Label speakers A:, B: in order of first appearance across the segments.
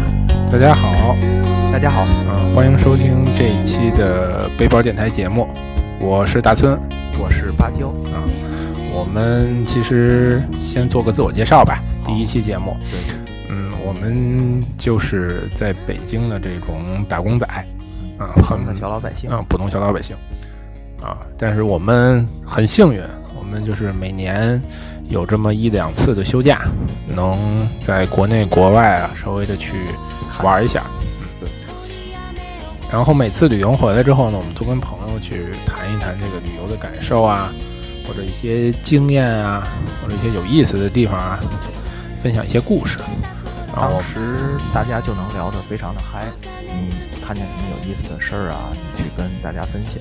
A: 家好，
B: 大家好，
A: 啊、欢迎收听这一期的背包电台节目， 我是大村。
B: 我是芭蕉。
A: 啊，我们其实先做个自我介绍吧。
B: 好
A: 第一期节目，
B: 对，
A: 嗯，我们就是在北京的这种打工仔，啊，很
B: 我们的小老百姓。
A: 啊，普通小老百姓啊。但是我们很幸运，我们就是每年有这么一两次的休假，能在国内国外啊稍微的去玩一下。嗯
B: 对，
A: 然后每次旅游回来之后呢，我们都跟朋友去谈一谈这个旅游的感受啊，或者一些经验啊，或者一些有意思的地方啊，分享一些故事。然后
B: 当时大家就能聊得非常的嗨，你看见什么有意思的事儿啊，你去跟大家分享。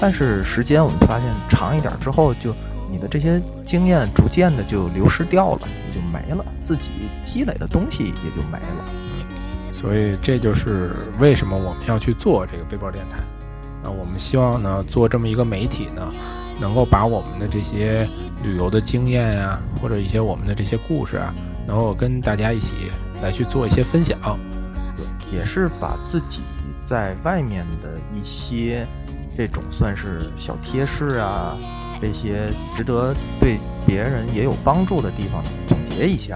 B: 但是时间我们发现长一点之后，就你的这些经验逐渐的就流失掉了，也就没了，自己积累的东西也就没了。
A: 所以这就是为什么我们要去做这个背包电台。啊，我们希望呢，做这么一个媒体呢，能够把我们的这些旅游的经验啊，或者一些我们的这些故事啊，能够跟大家一起来去做一些分享。
B: 也是把自己在外面的一些这种算是小贴士啊，这些值得对别人也有帮助的地方呢总结一下，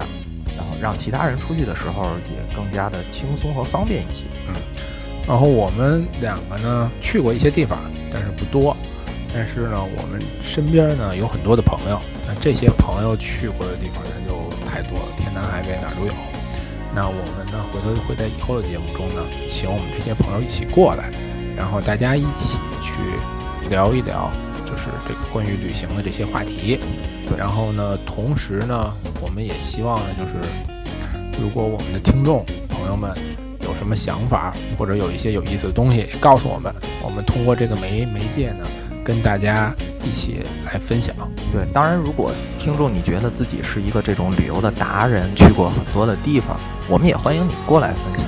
B: 然后让其他人出去的时候也更加的轻松和方便一些。
A: 然后我们两个呢去过一些地方，但是不多。但是呢，我们身边呢有很多的朋友，那这些朋友去过的地方那就太多了，天南海北哪儿都有。那我们呢，回头会在以后的节目中呢，请我们这些朋友一起过来，然后大家一起去聊一聊，就是这个关于旅行的这些话题。然后呢，同时呢，我们也希望呢，就是如果我们的听众朋友们有什么想法，或者有一些有意思的东西，也告诉我们，我们通过这个媒媒介呢，跟大家一起来分享。
B: 对，当然，如果听众你觉得自己是一个这种旅游的达人，去过很多的地方，我们也欢迎你过来分享。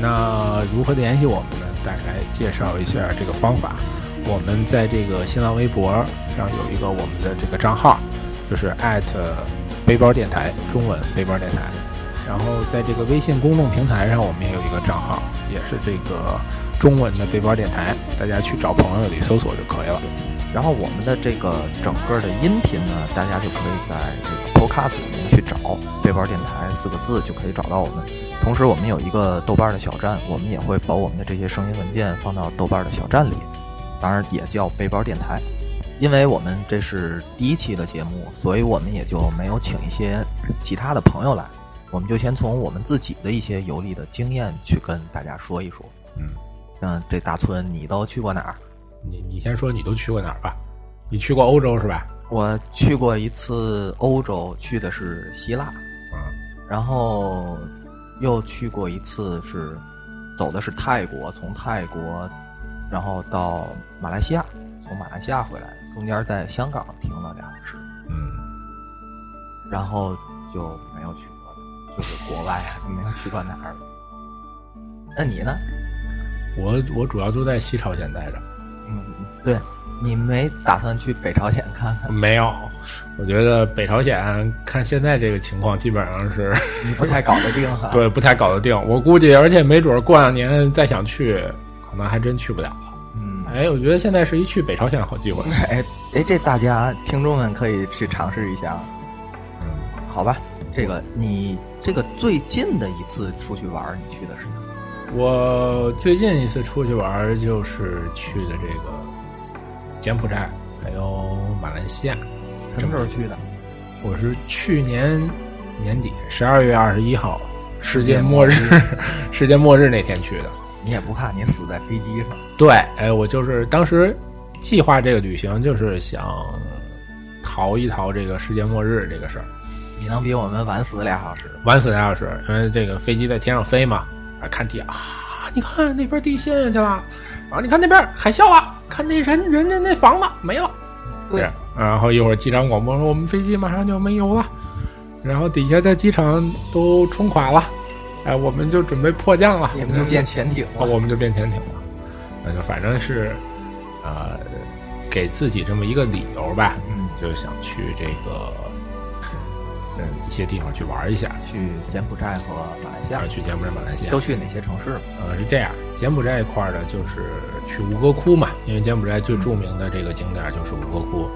A: 那如何联系我们呢？大概介绍一下这个方法。我们在这个新浪微博上有一个我们的这个账号，就是背包电台，中文背包电台。然后在这个微信公众平台上，我们也有一个账号，也是这个中文的背包电台，大家去找朋友里搜索就可以了。
B: 然后我们的这个整个的音频呢，大家就可以在这个 Podcast 里面去找“背包电台”四个字就可以找到我们。同时，我们有一个豆瓣的小站，我们也会把我们的这些声音文件放到豆瓣的小站里，当然也叫背包电台。因为我们这是第一期的节目，所以我们也就没有请一些其他的朋友来，我们就先从我们自己的一些游历的经验去跟大家说一说。
A: 嗯，
B: 像这大村，你都去过哪儿？
A: 你你先说你都去过哪儿吧？你去过欧洲是吧？
B: 我去过一次欧洲，去的是希腊，
A: 嗯，
B: 然后又去过一次是走的是泰国，从泰国然后到马来西亚，从马来西亚回来，中间在香港停了俩小时，
A: 嗯，
B: 然后就没有去过了，就是国外啊，没有去过哪儿了。那你呢？
A: 我我主要都在西朝鲜待着。
B: 嗯，对你没打算去北朝鲜看 看？
A: 没有，我觉得北朝鲜看现在这个情况，基本上是。
B: 你不太搞得定哈
A: 对不太搞得定。我估计，而且没准儿过两年再想去，可能还真去不了了。
B: 嗯，
A: 哎，我觉得现在是一去北朝鲜的好机会。
B: 哎哎，这大家听众们可以去尝试一下，啊
A: 嗯，
B: 好吧？这个你这个最近的一次出去玩儿，你去的是哪儿？
A: 我最近一次出去玩儿就是去的这个柬埔寨，还有马来西亚。
B: 什么时候去的？
A: 我是去年年底十二月二十一号世界
B: 界
A: 末
B: 末
A: 日 世界末日那天去的。
B: 你也不怕你死在飞机上？
A: 对，哎，我就是当时计划这个旅行，就是想逃一逃这个世界末日这个事儿，
B: 你能比我们晚死俩小时？
A: 晚死俩小时，因为这个飞机在天上飞嘛，啊，看地啊，你看那边地陷下去了，啊，你看那边海啸了，看那人人家那房子没了，
B: 对
A: 是，然后一会儿机场广播说我们飞机马上就没油了，然后底下的机场都冲垮了，哎，我们就准备迫降了，
B: 你们就变潜艇
A: 哦，
B: 了。
A: 我们就变潜艇了。那就反正是，呃，给自己这么一个理由吧，
B: 嗯，
A: 就是想去这个嗯，一些地方去玩一下，
B: 去柬埔寨和马来西亚
A: 啊，去柬埔寨、马来西亚
B: 都。去哪些城市？
A: 呃，是这样，柬埔寨一块儿呢，就是去吴哥窟嘛，因为柬埔寨最著名的这个景点就是吴哥窟，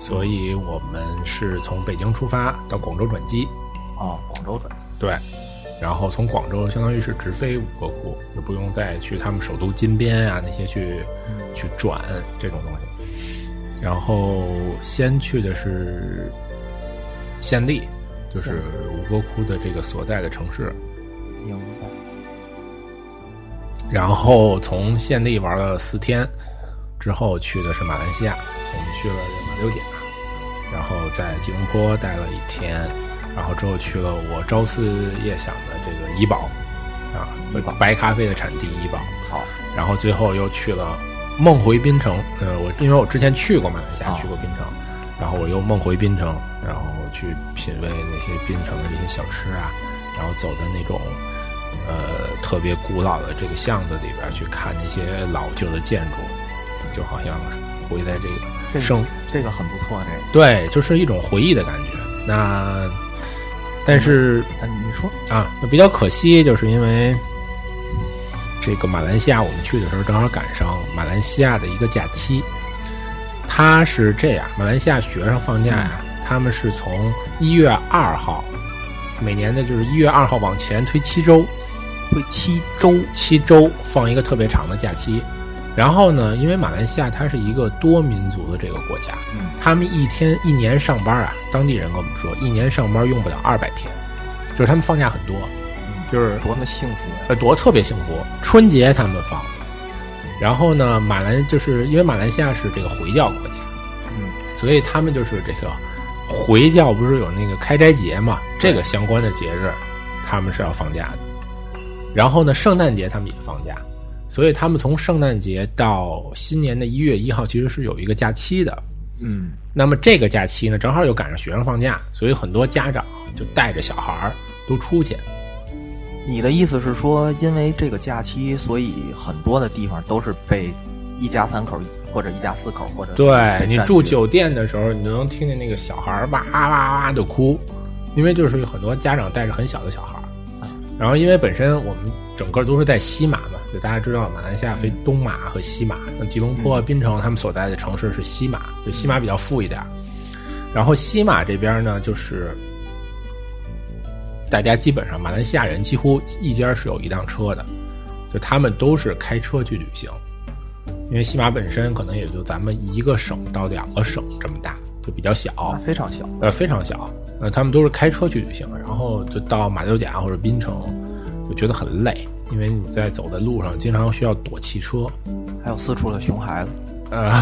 A: 所以我们是从北京出发到广州转机，
B: 哦，广州转，
A: 对，然后从广州相当于是直飞吴哥窟，就不用再去他们首都金边啊那些去
B: 嗯
A: 去转这种东西。然后先去的是暹粒，就是吴哥窟的这个所在的城市，
B: 明白。
A: 然后从暹粒玩了四天，之后去的是马来西亚，我们去了马六甲，然后在吉隆坡待了一天，然后之后去了我朝思夜想的这个怡保，啊
B: 怡保，
A: 白咖啡的产地怡保，
B: 好，
A: 然后最后又去了梦回槟城，呃，我因为我之前去过马来西亚，
B: 啊
A: 去过槟城，然后我又梦回槟城，然后去品味那些槟城的这些小吃啊，然后走在那种呃特别古老的这个巷子里边去看那些老旧的建筑，就好像回在这
B: 这
A: 个生
B: 这个很不错，这个。
A: 对，就是一种回忆的感觉。那但是
B: 嗯，你说，
A: 啊，比较可惜，就是因为这个马来西亚，我们去的时候正好赶上马来西亚的一个假期。它是这样，马来西亚学生放假呀、他们是从一月二号，每年的就是一月二号往前推七周，
B: 会七周，
A: 七周放一个特别长的假期。然后呢，因为马来西亚它是一个多民族的这个国家，
B: 嗯，
A: 他们一天一年上班啊，当地人跟我们说，一年上班用不了二百天，就是他们放假很多，就是
B: 嗯多么幸福呀！
A: 呃，多特别幸福。春节他们放，然后呢，马来就是因为马来西亚是这个回教国家，
B: 嗯，
A: 所以他们就是这个回教不是有那个开斋节嘛，这个相关的节日，他们是要放假的。然后呢，圣诞节他们也放假，所以他们从圣诞节到新年的一月一号其实是有一个假期的。
B: 嗯，
A: 那么这个假期呢，正好又赶上学生放假，所以很多家长就带着小孩儿都出去。
B: 你的意思是说，因为这个假期，所以很多的地方都是被一家三口或者一家四口或者
A: 对你
B: 占
A: 住
B: 据
A: 酒店的时候，你能听见那个小孩儿哇哇哇的哭，因为就是有很多家长带着很小的小孩儿。然后因为本身我们整个都是在西马嘛，就大家知道马来西亚分东马和西马，那吉隆坡、啊槟城他们所在的城市是西马，就西马比较富一点儿。然后西马这边呢，就是大家基本上马来西亚人几乎一家是有一辆车的，就他们都是开车去旅行。因为西马本身可能也就咱们一个省到两个省这么大，就比较小
B: 啊，非常小，
A: 呃，非常小。呃，他们都是开车去旅行，然后就到马六甲或者槟城，就觉得很累，因为你在走在路上经常需要躲汽车，
B: 还有四处的熊孩子。
A: 呃，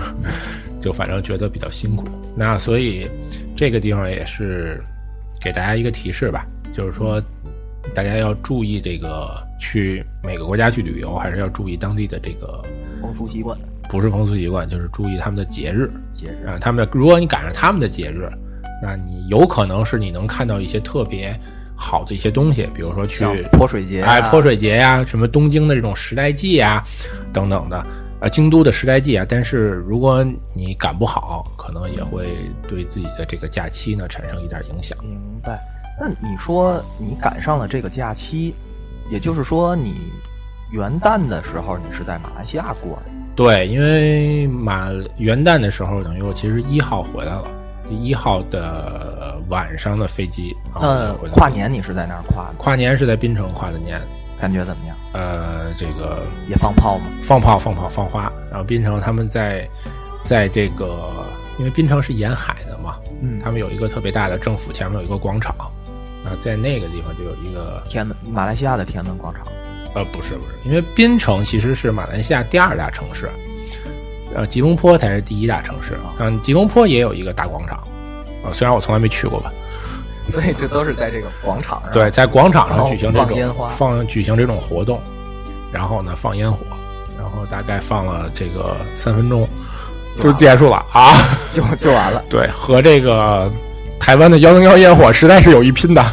A: 就反正觉得比较辛苦。那所以这个地方也是给大家一个提示吧，就是说大家要注意这个去每个国家去旅游，还是要注意当地的这个
B: 风俗习惯、
A: 不是风俗习惯，就是注意他们的节日。
B: 节日，
A: 啊，他们的如果你赶上他们的节日，那你有可能是你能看到一些特别好的一些东西，比如说去
B: 像泼水节、啊，
A: 哎泼水节呀、什么东京的这种时代祭呀、等等的，啊京都的时代祭啊。但是如果你赶不好，可能也会对自己的这个假期呢产生一点影响。
B: 明白。那你说你赶上了这个假期，也就是说你元旦的时候你是在马来西亚过的，
A: 对，因为马元旦的时候，等于我其实一号回来了，一号的晚上的飞机，然后
B: 那
A: 就回来了
B: 嗯跨年你是在那儿跨的，
A: 跨年是在槟城跨的年。
B: 感觉怎么样？
A: 呃，这个
B: 也放炮吗？
A: 放炮、放炮、放花。然后槟城他们在在这个，因为槟城是沿海的嘛，
B: 嗯
A: 他们有一个特别大的政府前面有一个广场，啊，在那个地方就有一个
B: 天安门，马来西亚的天安门广 场。
A: 呃，不是不是，因为槟城其实是马来西亚第二大城市，呃，吉隆坡才是第一大城市。
B: 哦
A: 嗯，吉隆坡也有一个大广场，啊，虽然我从来没去过吧。
B: 所以这都是在这个广场上。
A: 对，，在广场上举行这
B: 啊然后放
A: 种
B: 烟花
A: 放举行这种活动，然后呢放烟火，然后大概放了这个三分钟就结束了啊。
B: 就就完了。
A: 对，和这个台湾的幺零幺烟火实在是有一拼的。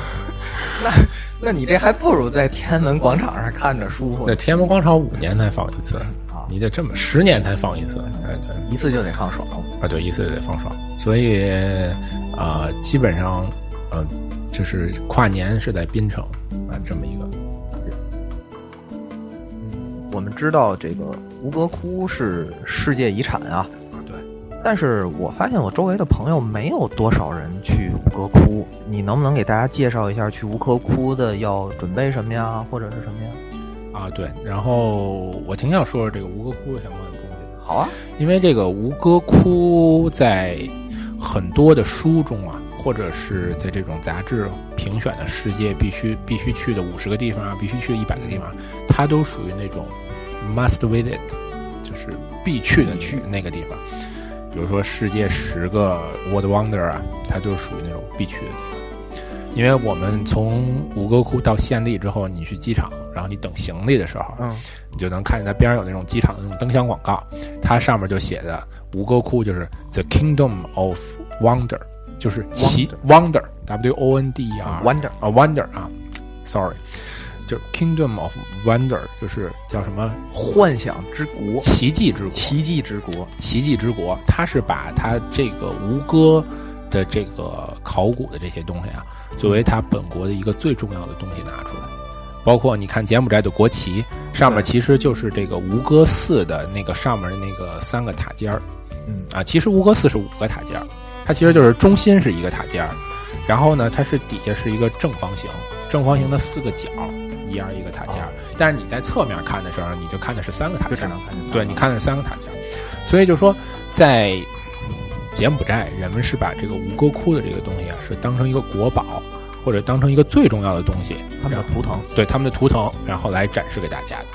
B: 那你这还不如在天安门广场上看着舒服
A: 那天安门广场五年才放一次，
B: 啊，
A: 你得这么十年才放一次，哎对
B: 一次就得看爽了。
A: 啊啊，对，一次就得放爽。所以，呃，基本上，嗯，就是跨年是在槟城啊，这么一个
B: 我们知道这个吴哥窟是世界遗产啊，
A: 啊，对，
B: 但是我发现我周围的朋友没有多少人去吴哥窟，你能不能给大家介绍一下去吴哥窟的要准备什么呀，或者是什么呀？
A: 啊对。然后我挺想说说这个吴哥窟相关的东西，
B: 好啊，
A: 因为这个吴哥窟在很多的书中啊，或者是在这种杂志评选的世界必须必须去的五十个地方啊，必须去一百个地方啊，它都属于那种 must visit，就是必去的去那个地方。比如说世界十个 world wonder 啊，它就属于那种必去的地方。因为我们从吴哥窟到县地之后，你去机场，然后你等行李的时候，啊
B: 嗯，
A: 你就能看见它边上有那种机场的那种灯箱广告，它上面就写的吴哥窟就是 The Kingdom of Wonder，就是奇 Wonder W O N D E R
B: ，Wonder
A: 啊 Wonder 啊，sorry，就是 Kingdom of Wonder，就是叫什么
B: 幻想之国，
A: 奇迹之国。
B: 奇迹之国，
A: 奇迹之国，它是把它这个吴哥的这个考古的这些东西啊，作为它本国的一个最重要的东西拿出来。包括你看柬埔寨的国旗上面，
B: 对
A: 其实就是这个吴哥寺的那个上面的那个三个塔尖儿
B: 嗯，
A: 啊。其实吴哥寺是五个塔尖儿，它其实就是中心是一个塔尖儿，然后呢，它是底下是一个正方形，正方形的四个角一样一个塔尖儿。但是你在侧面看的时候，你就看的是三个塔
B: 哦就
A: 尖
B: 只
A: 儿。
B: 能看见
A: 对，你看的是三个塔尖儿，所以就说在柬埔寨，人们是把这个吴哥窟的这个东西啊，是当成一个国宝，或者当成一个最重要的东西，
B: 他们的图腾，
A: 对他们的图腾，然后来展示给大家的。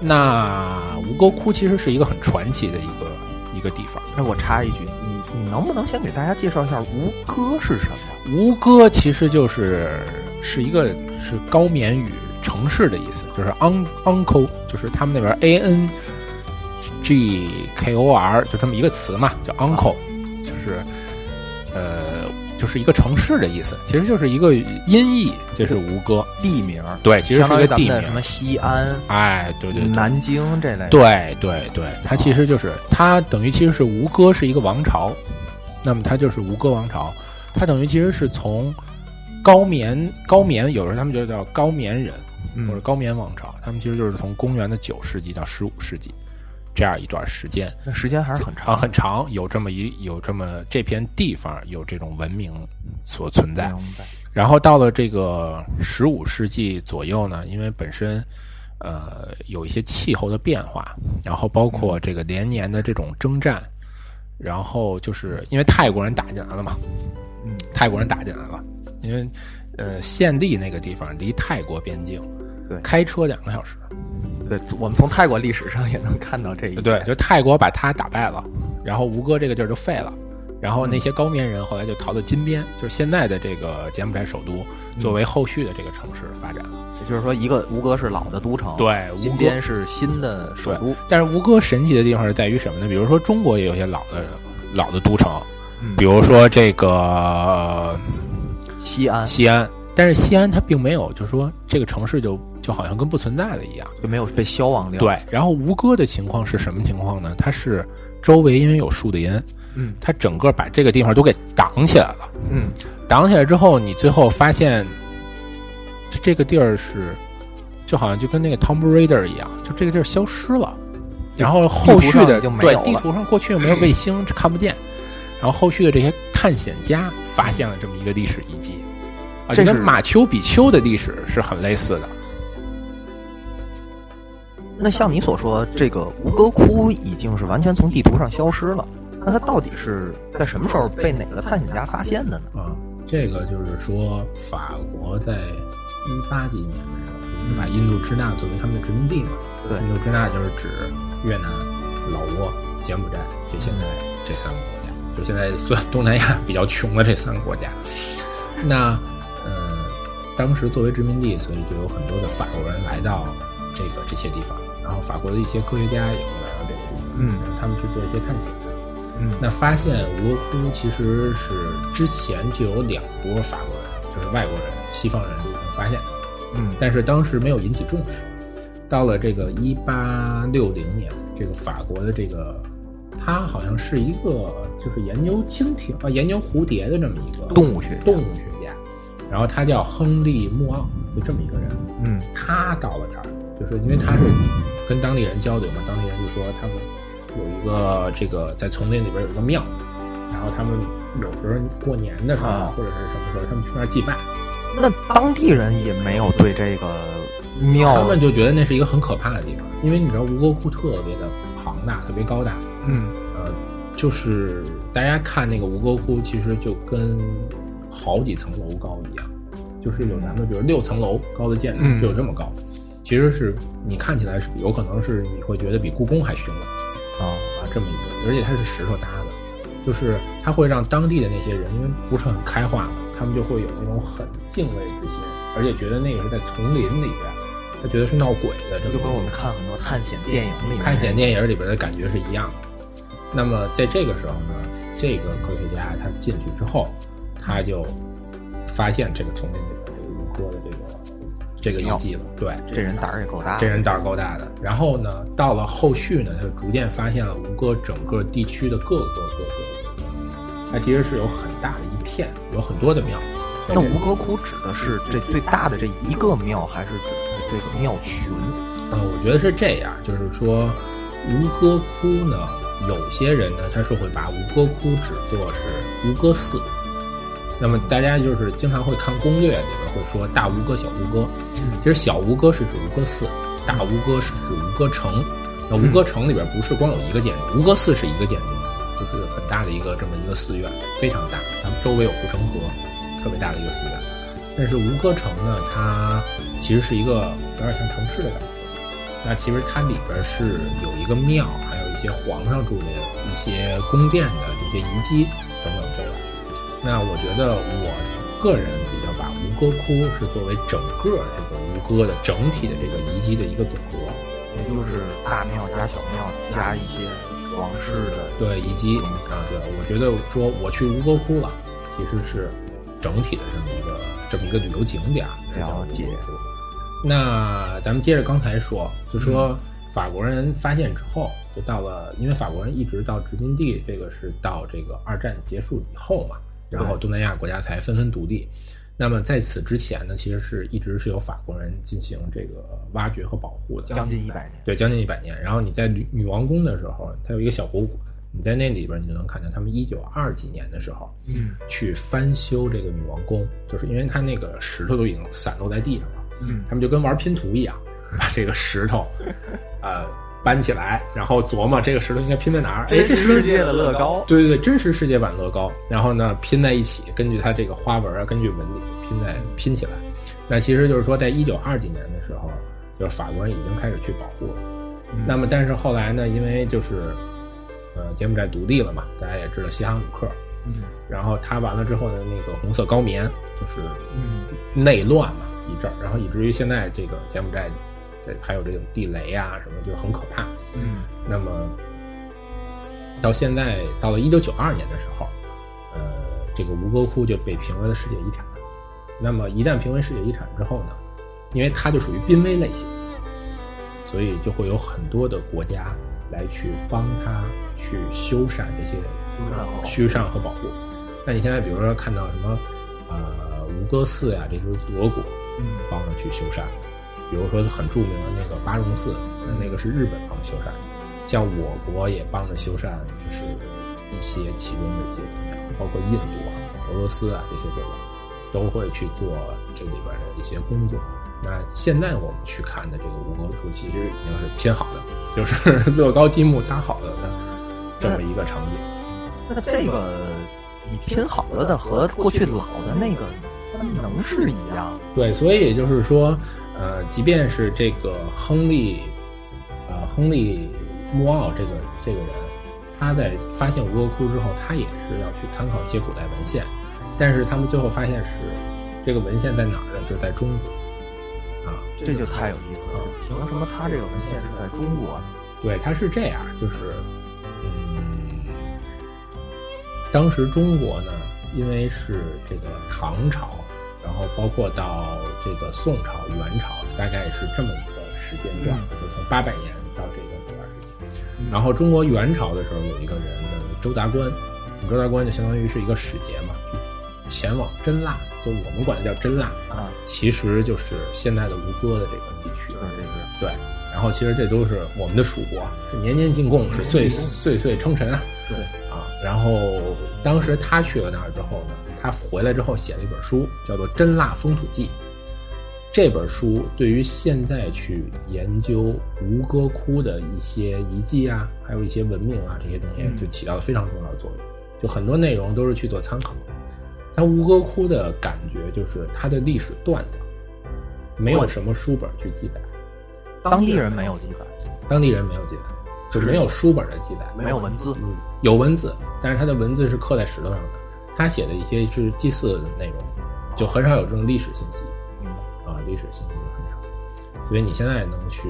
A: 那吴哥窟其实是一个很传奇的一个一个地方。
B: 哎，我插一句，你你能不能先给大家介绍一下吴哥是什么？
A: 吴哥其实就是是一个是高棉语城市的意思，就是 un uncle，就是他们那边 a n g k o r 就这么一个词嘛，叫 uncle，就是呃就是一个城市的意思，其实就是一个音译，这是吴哥，
B: 地名，
A: 对，其实
B: 相
A: 是
B: 当
A: 一
B: 于
A: 个
B: 咱
A: 地
B: 们的什么
A: 名，
B: 西安、
A: 哎，对对对，
B: 南京这类的。
A: 对对对，它其实就是它等于其实是吴哥是一个王朝，那么它就是吴哥王朝，它等于其实是从高棉高棉，有时候他们就叫高棉人或者
B: 嗯，
A: 高棉王朝，他们其实就是从公元的九世纪到十五世纪这样一段时间
B: 那时间还是很
A: 啊
B: 长，
A: 很长，有这么一有这么这片地方有这种文明所存在。
B: 明白
A: 然后到了这个十五世纪左右呢，因为本身呃有一些气候的变化，然后包括这个连年的这种征战，然后就是因为泰国人打进来了嘛，
B: 嗯，
A: 泰国人打进来了，因为呃县地那个地方离泰国边境，
B: 对
A: 开车两个小时，
B: 对，我们从泰国历史上也能看到这一点。
A: 对，就泰国把他打败了，然后吴哥这个地儿就废了。然后
B: 嗯
A: 那些高棉人后来就逃到金边，就是现在的这个柬埔寨首都，作为后续的这个城市发展了。
B: 也就是说，一个吴哥是老的都城，，
A: 对，吴
B: 啊金
A: 哥。
B: 边是新的首都。
A: 但是吴哥神奇的地方是在于什么呢？比如说中国也有些老的老的都城，
B: 嗯
A: 比如说这个呃
B: 西安
A: 西安，但是西安它并没有，就是说这个城市就就好像跟不存在的一样。
B: 就没有被消亡掉。，
A: 对，然后吴哥的情况是什么情况呢？它是周围因为有树的荫，
B: 嗯
A: 它整个把这个地方都给挡起来了。
B: 嗯，
A: 挡起来之后，你最后发现这个地儿是就好像就跟那个 Tomb Raider 一样，就这个地儿消失了。然后后续
B: 地图上
A: 的
B: 已经没有
A: 对
B: 了
A: 地图上过去又没有卫星，看不见。然后后续的这些探险家发现了这么一个历史遗迹，啊，
B: 嗯这
A: 就跟
B: 是
A: 马丘比丘的历史是很类似的。
B: 那像你所说，这个吴哥窟已经是完全从地图上消失了。那它到底是在什么时候被哪个探险家发现的呢？
A: 啊，这个就是说，法国在一八几年的时候，把印度支那作为他们的殖民地嘛。
B: 对
A: 印度支那就是指越南、老挝、柬埔寨，就现在这三个国家，就现在算东南亚比较穷的这三个国家。那，呃，当时作为殖民地，所以就有很多的法国人来到这个这些地方，然后法国的一些科学家也会来到这个地方，
B: 嗯
A: 让他们去做一些探险。
B: 嗯
A: 那发现吴哥窟其实是之前就有两波法国人，就是外国人、西方人就已经发现，
B: 嗯
A: 但是当时没有引起重视。到了这个一八六零年，这个法国的这个他他好像是一个就是研究蜻蜓啊、研究蝴蝶的这么一个
B: 动物学，
A: 动物学家，然后他叫亨利·穆奥，就这么一个人。
B: 嗯
A: 他到了这儿，就是因为他是跟当地人交流嘛，当地人就说他们有一个这个在丛林里边有一个庙，然后他们有时候过年的时候、
B: 啊
A: 或者是什么时候，他们去那儿祭拜，
B: 那当地人也没有对这个
A: 他
B: 庙，
A: 们就觉得那是一个很可怕的地方，因为你知道吴哥窟特别的庞大，特别高大，
B: 嗯，
A: 呃，就是大家看那个吴哥窟，其实就跟好几层楼高一样，就是有咱们比如六层楼高的建筑
B: 嗯
A: 就有这么高，其实是你看起来是有可能是你会觉得比故宫还凶了
B: 啊，
A: 啊这么一个，而且它是石头搭的，就是它会让当地的那些人因为不是很开化嘛，他们就会有那种很敬畏之心，而且觉得那个是在丛林里边，他觉得是闹鬼的，这么
B: 这就
A: 一
B: 跟
A: 个
B: 我们看很多探险电影里面
A: 探险电影里边的感觉是一样的。那么在这个时候呢，这个科学家他进去之后，他就发现这个丛林里边这个吴哥的这个这个遗迹了。对，
B: 这人胆儿也够大，
A: 这人胆儿够大的。然后呢，到了后续呢，他就逐渐发现了吴哥整个地区的各个各个各个，它其实是有很大的一片，有很多的庙。在
B: 那
A: 这
B: 吴哥窟指的是这最大的这一个庙，还是指的这个庙群？
A: 呃，我觉得是这样，就是说吴哥窟呢，有些人呢他是会把吴哥窟只做是吴哥寺。那么大家就是经常会看攻略里边会说大吴哥、小吴哥，其实小吴哥是指吴哥寺，大吴哥是指吴哥城。那吴哥城里边不是光有一个建筑，吴哥寺是一个建筑，就是很大的一个这么一个寺院，非常大，它周围有护城河，特别大的一个寺院。但是吴哥城呢，它其实是一个有点像城市的感觉。那其实它里边是有一个庙，还有一些皇上住的一些宫殿的这些遗迹等等这个。那我觉得我个人比较把吴哥窟是作为整个这个吴哥的整体的这个遗迹的一个总和，
B: 也就是大庙加小庙加一些王室的
A: 对遗迹啊，对我觉得说我去吴哥窟了，其实是整体的这么一个这么一个旅游景点儿，是叫
B: 了解
A: 吴哥窟。那咱们接着刚才说，就说
B: 嗯
A: 法国人发现之后，就到了，因为法国人一直到殖民地，这个是到这个二战结束以后嘛，然后东南亚国家才纷纷独立。那么在此之前呢，其实是一直是由法国人进行这个挖掘和保护的，
B: 将近一百年。
A: 对，将近一百年。然后你在女女王宫的时候，它有一个小博物馆，你在那里边你就能看见他们一九二几年的时候
B: 嗯
A: 去翻修这个女王宫，就是因为它那个石头都已经散落在地上了。
B: 嗯，
A: 他们就跟玩拼图一样，把这个石头，呃，搬起来，然后琢磨这个石头应该拼在哪儿。哎，这石头
B: 世界的乐高，
A: 对对对，真实世界版乐高，然后呢拼在一起，根据它这个花纹啊，根据纹理拼在拼起来。那其实就是说，在一九二几年的时候，就是法国人已经开始去保护了。那么，但是后来呢，因为就是，呃，柬埔寨独立了嘛，大家也知道西哈努克，
B: 嗯
A: 然后他完了之后呢，那个红色高棉就是
B: 嗯
A: 内乱嘛一阵儿，然后以至于现在这个柬埔寨，对还有这种地雷啊什么，就很可怕。
B: 嗯，
A: 那么到现在到了一九九二年的时候，呃，这个吴哥窟就被评为了世界遗产。那么一旦评为世界遗产之后呢，因为它就属于濒危类型，所以就会有很多的国家来去帮它去修缮这些
B: 修缮好
A: 修缮和保护。那你现在比如说看到什么，呃，吴哥寺呀、这就是罗谷
B: 嗯
A: 帮着去修缮的。比如说很著名的那个巴戎寺，那那个是日本帮着修缮的。像我国也帮着修缮，就是一些其中的一些寺庙，包括印度啊、俄罗斯啊这些地方，都会去做这里边的一些工作。那现在我们去看的这个吴哥窟，其实已经是拼好的，就是乐高积木搭好了的这么一个场景。
B: 那这个你拼好了的和过去老的那个，它能是一样？
A: 对，所以就是说，呃，即便是这个亨利，呃，亨利穆奥这个这个人，他在发现吴哥窟之后，他也是要去参考一些古代文献，但是他们最后发现是这个文献在哪儿呢？就是在中国，啊，
B: 这就太有意思了！凭什么他这个文献是在中国？
A: 对，它是这样，就是，嗯，当时中国呢，因为是这个唐朝，然后包括到这个宋朝、元朝，大概是这么一个
C: 时间段，就从八百年到这个多长时间。然后中国元朝的时候有一个人叫周达观，周达观就相当于是一个使节嘛，就前往真腊，就我们管它叫真腊，
B: 啊，
C: 其实就是现在的吴哥的这个地区
B: 就。是这个
C: 对，然后其实这都是我们的蜀国，是年年进贡，是岁岁岁称臣啊。
B: 对
C: 啊，然后当时他去了那儿之后呢，他回来之后写了一本书，叫做《真腊风土记》。这本书对于现在去研究吴哥窟的一些遗迹啊，还有一些文明啊这些东西，就起到了非常重要的作用。就很多内容都是去做参考。但吴哥窟的感觉就是它的历史断掉，没有什么书本去记载。
B: 当地人没有记载，
C: 当地人没有记载，就没有书本的记载，
B: 没有文字，
C: 嗯，有文字，但是他的文字是刻在石头上的，他写的一些是祭祀的内容，就很少有这种历史信息
B: 嗯，
C: 啊，历史信息就很少，所以你现在能去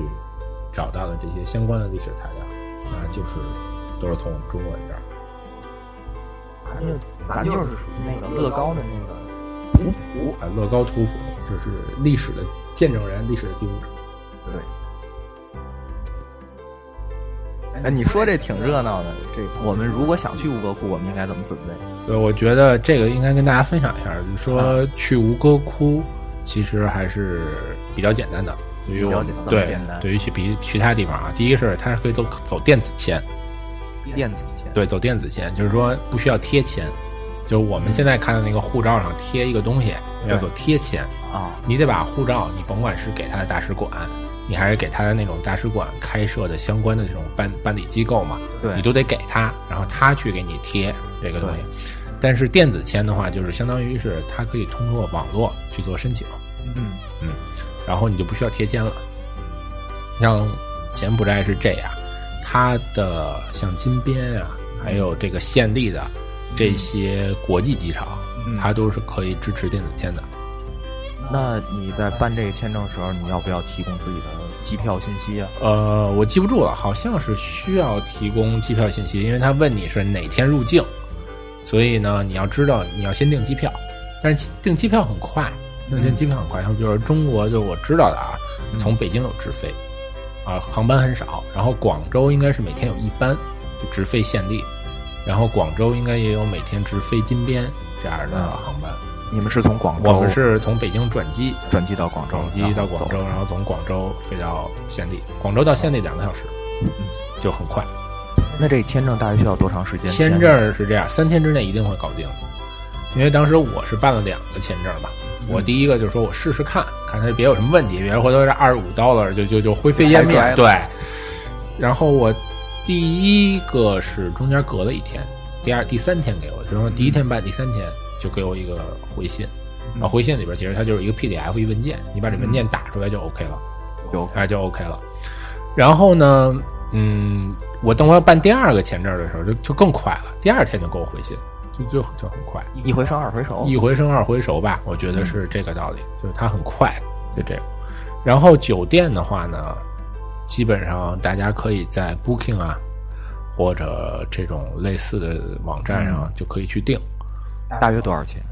C: 找到的这些相关的历史材料，啊，就是都是从我们中国人这儿来
B: 还是咱就是属于那个乐高的那个图谱，
C: 的啊，乐高图谱就是历史的见证人，历史的记录者。
B: 对。哎，你说这挺热闹的。这个我们如果想去吴哥窟，我们应该怎么准备？
A: 对，我觉得这个应该跟大家分享一下，就是说
B: 啊
A: 去吴哥窟其实还是比较简单的，对于
B: 比较
A: 我
B: 简单
A: 对
B: 简单
A: 对于去比其他地方啊，第一个是它是可以走走电子签，
B: 电子签，
A: 对，走电子签，就是说不需要贴签，就是我们现在看到那个护照上贴一个东西
B: 嗯对
A: 叫做贴签，
B: 啊，
A: 你得把护照，你甭管是给他的大使馆，你还是给他的那种大使馆开设的相关的这种办办理机构嘛，你
B: 对，
A: 都得给他，然后他去给你贴这个东西。但是电子签的话，就是相当于是他可以通过网络去做申请，
B: 嗯，
A: 然后你就不需要贴签了。像柬埔寨是这样，它的像金边啊，还有这个县立的这些国际机场，
B: 嗯
A: 它都是可以支持电子签的。
B: 那你在办这个签证的时候，你要不要提供自己的机票信息啊？
A: 呃，我记不住了，好像是需要提供机票信息，因为他问你是哪天入境，所以呢，你要知道你要先订机票，但是订机票很快，那订机票很快，像比如说中国就我知道的啊，从北京有直飞，啊，航班很少，然后广州应该是每天有一班，就直飞县地，然后广州应该也有每天直飞金边这样的航班，
B: 你们是从广州
A: 我们是从北京转机，
B: 转机到广州，
A: 转机到广州，
B: 然后
A: 嗯然后从广州飞到县地，广州到县地两个小时，就很快。
B: 走。那这签证大约需要多长时间？
A: 签证是这样，三天之内一定会搞定，因为当时我是办了两个签证嘛。我第一个就说我试试看看它别有什么问题，别回头这二十五 dollar 就就就灰飞烟
B: 白
A: 灭。
B: 赚
A: 对，然后我第一个是中间隔了一天，第二第三天给我，就是说第一天办，第三天就给我一个回信，然后回信里边其实它就是一个 PDF 一文件，你把这文件打出来就 OK 了。
B: 有
A: 哎就 OK 了。然后呢，嗯，我等我要办第二个签证的时候，就就更快了，第二天就给我回信，就就就很快，
B: 一回生二回熟，
A: 一回生二回熟吧，我觉得是这个道理，就是它很快，就这样。然后酒店的话呢，基本上大家可以在 Booking 啊，或者这种类似的网站上就可以去订。
B: 大约多少钱？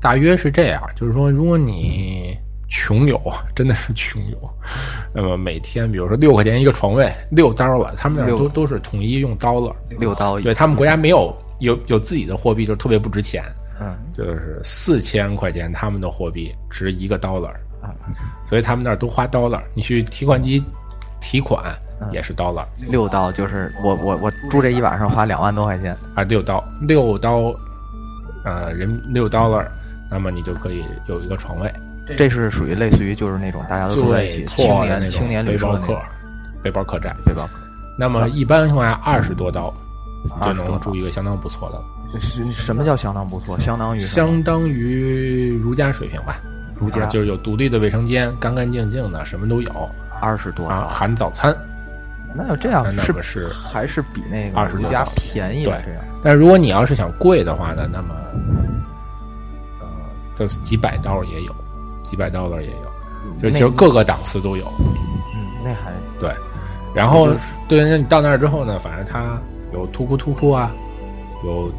A: 大约是这样，就是说，如果你穷游，真的是穷游，那么每天比如说六块钱一个床位，六刀了，他们那儿都
B: 六哦
A: 都是统一用刀了，
B: 六刀一，
A: 对他们国家没有有有自己的货币，就是特别不值钱，
B: 嗯，
A: 就是四千块钱他们的货币值一个 dollar，
B: 啊
A: 所以他们那儿都花 dollar，你去提款机提款
B: 嗯
A: 也是 dollar，
B: 六刀就是我我我住这一晚上花两万多块钱，
A: 啊，六刀六刀，呃，人六 dollar，那么你就可以有一个床位。
B: 这是属于类似于就是那种大家都住在一起，青
A: 破的那
B: 年青年
A: 种背
B: 旅社
A: 包
B: 那
A: 客
B: 种，啊
A: 背包客栈。
B: 背包
A: 那么一般情况下，二十多刀就能
B: 刀
A: 住一个相当不错的了，
B: 客，是什么叫相当不错？相当于什么
A: 相当于儒家水平吧。
B: 嗯如
A: 啊
B: 家
A: 就是有独立的卫生间，干干净净的，什么都有
B: 二十多，
A: 啊，含早餐。
B: 那要这样
A: 那
B: 是
A: 么是
B: 还是比那个
A: 二十
B: 如
A: 多
B: 家
A: 刀
B: 便宜了
A: 对
B: 这样，
A: 但如果你要是想贵的话呢，那么呃，就是几百刀也有，几百刀的也有，就其实
B: 那
A: 各个档次都有。
B: 嗯，那还
A: 对，然后、
B: 就是
A: 对，那你到那儿之后呢，反正它有突库突库啊，有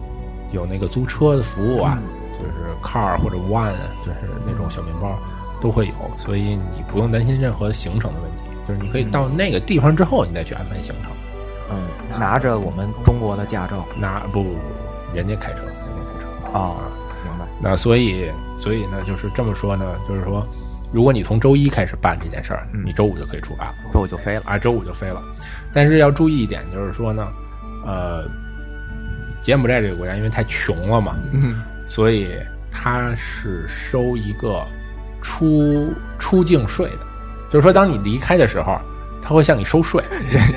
A: 有那个租车的服务啊，就是 car 或者 one，啊就是那种小面包都会有，所以你不用担心任何行程的问题。就是你可以到那个地方之后，你再去安排行程。
B: 嗯，拿着我们中国的驾照
A: 那不不不，人家开车，人家开车。
B: 啊，明白？
A: 那所以所以呢，就是这么说呢，就是说，如果你从周一开始办这件事儿，
B: 嗯
A: 你周五就可以出发了。
B: 这我就飞了。
A: 啊，周五就飞了。但是要注意一点，就是说呢，呃，柬埔寨这个国家因为太穷了嘛，
B: 嗯
A: 所以它是收一个出出境税的，就是说当你离开的时候，他会向你收 税。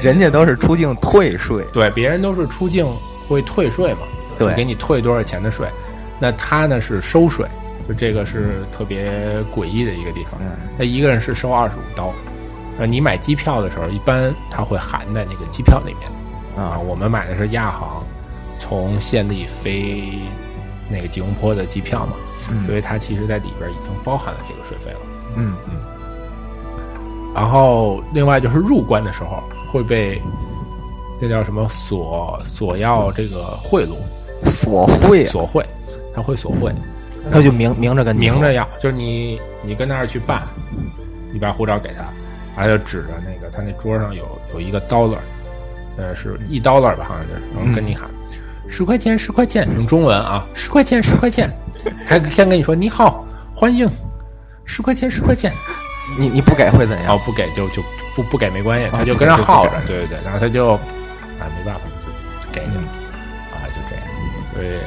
B: 人家都是出境退税，
A: 对，别人都是出境会退税嘛，
B: 对
A: 就给你退多少钱的税，那他呢是收税，就这个是特别诡异的一个地方。
B: 嗯，
A: 他一个人是收二十五刀，呃，你买机票的时候，一般他会含在那个机票里面啊。
B: 啊，
A: 我们买的是亚航从暹粒飞那个吉隆坡的机票嘛，
B: 嗯
A: 所以它其实在里边已经包含了这个税费了。
B: 嗯
A: 然后另外就是入关的时候会被这叫什么索索要这个贿赂
B: 索贿，啊
A: 索贿，他会索贿，
B: 那就明明着跟你说
A: 明着要，就是你你跟那儿去办，你把护照给他，他就指着那个他那桌上有有一个 dollar，呃是一 dollar 吧，好像就是，然后跟你喊十块钱十块钱，用中文啊十块钱十块钱， 他先跟你说你好欢迎，十块钱十块钱，
B: 你你不给会怎
A: 然
B: 样？
A: 后不给就就不不给没关系，他就
B: 不
A: 跟那
B: 给就不
A: 耗
B: 给嗯
A: 着，对对对，然后他就啊没办法就就给你了啊，就这样。对，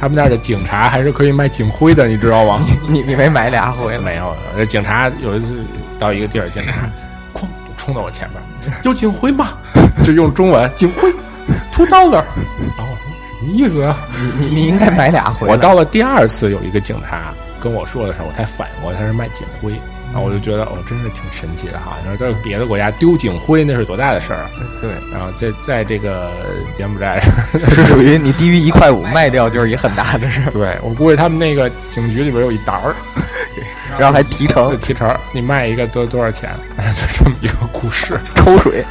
A: 他们那儿的警察还是可以卖警徽的，你知道吗？
B: 你你没买俩回吗？
A: 没有，呃警察有一次到一个地儿，警 察哐冲到我前面，有警徽吗？ 就用中文警 徽，two dollar。然后我说哦什么意思啊？
B: 你你应该买俩回来。
A: 我到了第二次，有一个警察跟我说的时候，我才反应过来他是卖警徽，然后我就觉得哦，真是挺神奇的哈。你说在别的国家丢警徽那是多大的事儿啊，
B: 对，
A: 然后在在这个柬埔寨，
B: 是属于你低于一块五卖掉就是一很大的事儿，
A: 对我估计他们那个警局里边有一沓儿，
B: 然后还提
A: 就
B: 成
A: 提成儿，你卖一个多多少钱， 就这么一个故事。
B: 抽水。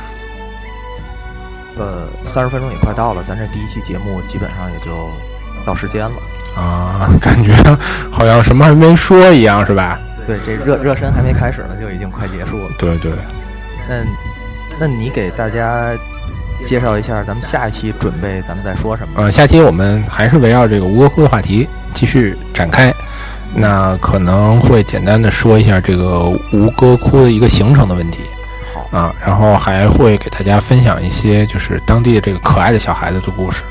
B: 呃，三十分钟也快到了，咱这第一期节目基本上也就到时间了。
A: 啊，感觉好像什么还没说一样，是吧？
B: 对，这热热身还没开始呢，就已经快结束了。
A: 对对，
B: 那那你给大家介绍一下，咱们下一期准备咱们再说什么？
A: 呃，下期我们还是围绕这个吴哥窟的话题继续展开。那可能会简单的说一下这个吴哥窟的一个行程的问题
B: 好，
A: 啊，然后还会给大家分享一些就是当地这个可爱的小孩子的故事。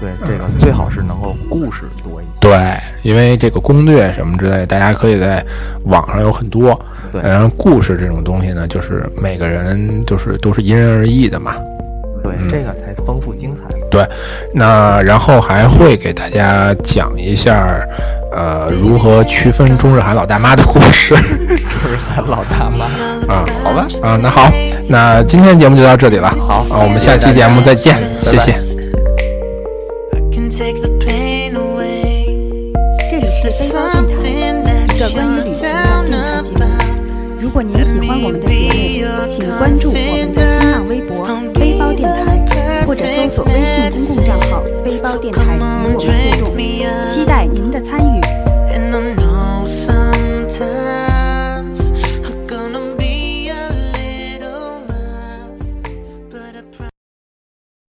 B: 对，这个最好是能够故事多一些。
A: 对，因为这个攻略什么之类，大家可以在网上有很多。
B: 对
A: 然后故事这种东西呢，就是每个人就是都是因人而异的嘛。
B: 对，这个才丰富精彩。
A: 那然后还会给大家讲一下，呃，如何区分中日韩老大妈的故 事
B: 就是喊老大妈。
A: 啊。好吧，啊，那好，那今天节目就到这里了。
B: 好
A: 啊，我们下期节目再见，谢谢。
D: can take the pain away.
E: 这里是飞高电台。
D: Something that
E: you're 一个关于旅行的电台节目。如果您喜欢我们的节目，请关注我们的新浪微博“背包电台”，或者搜索微信公共账号“背包电台”，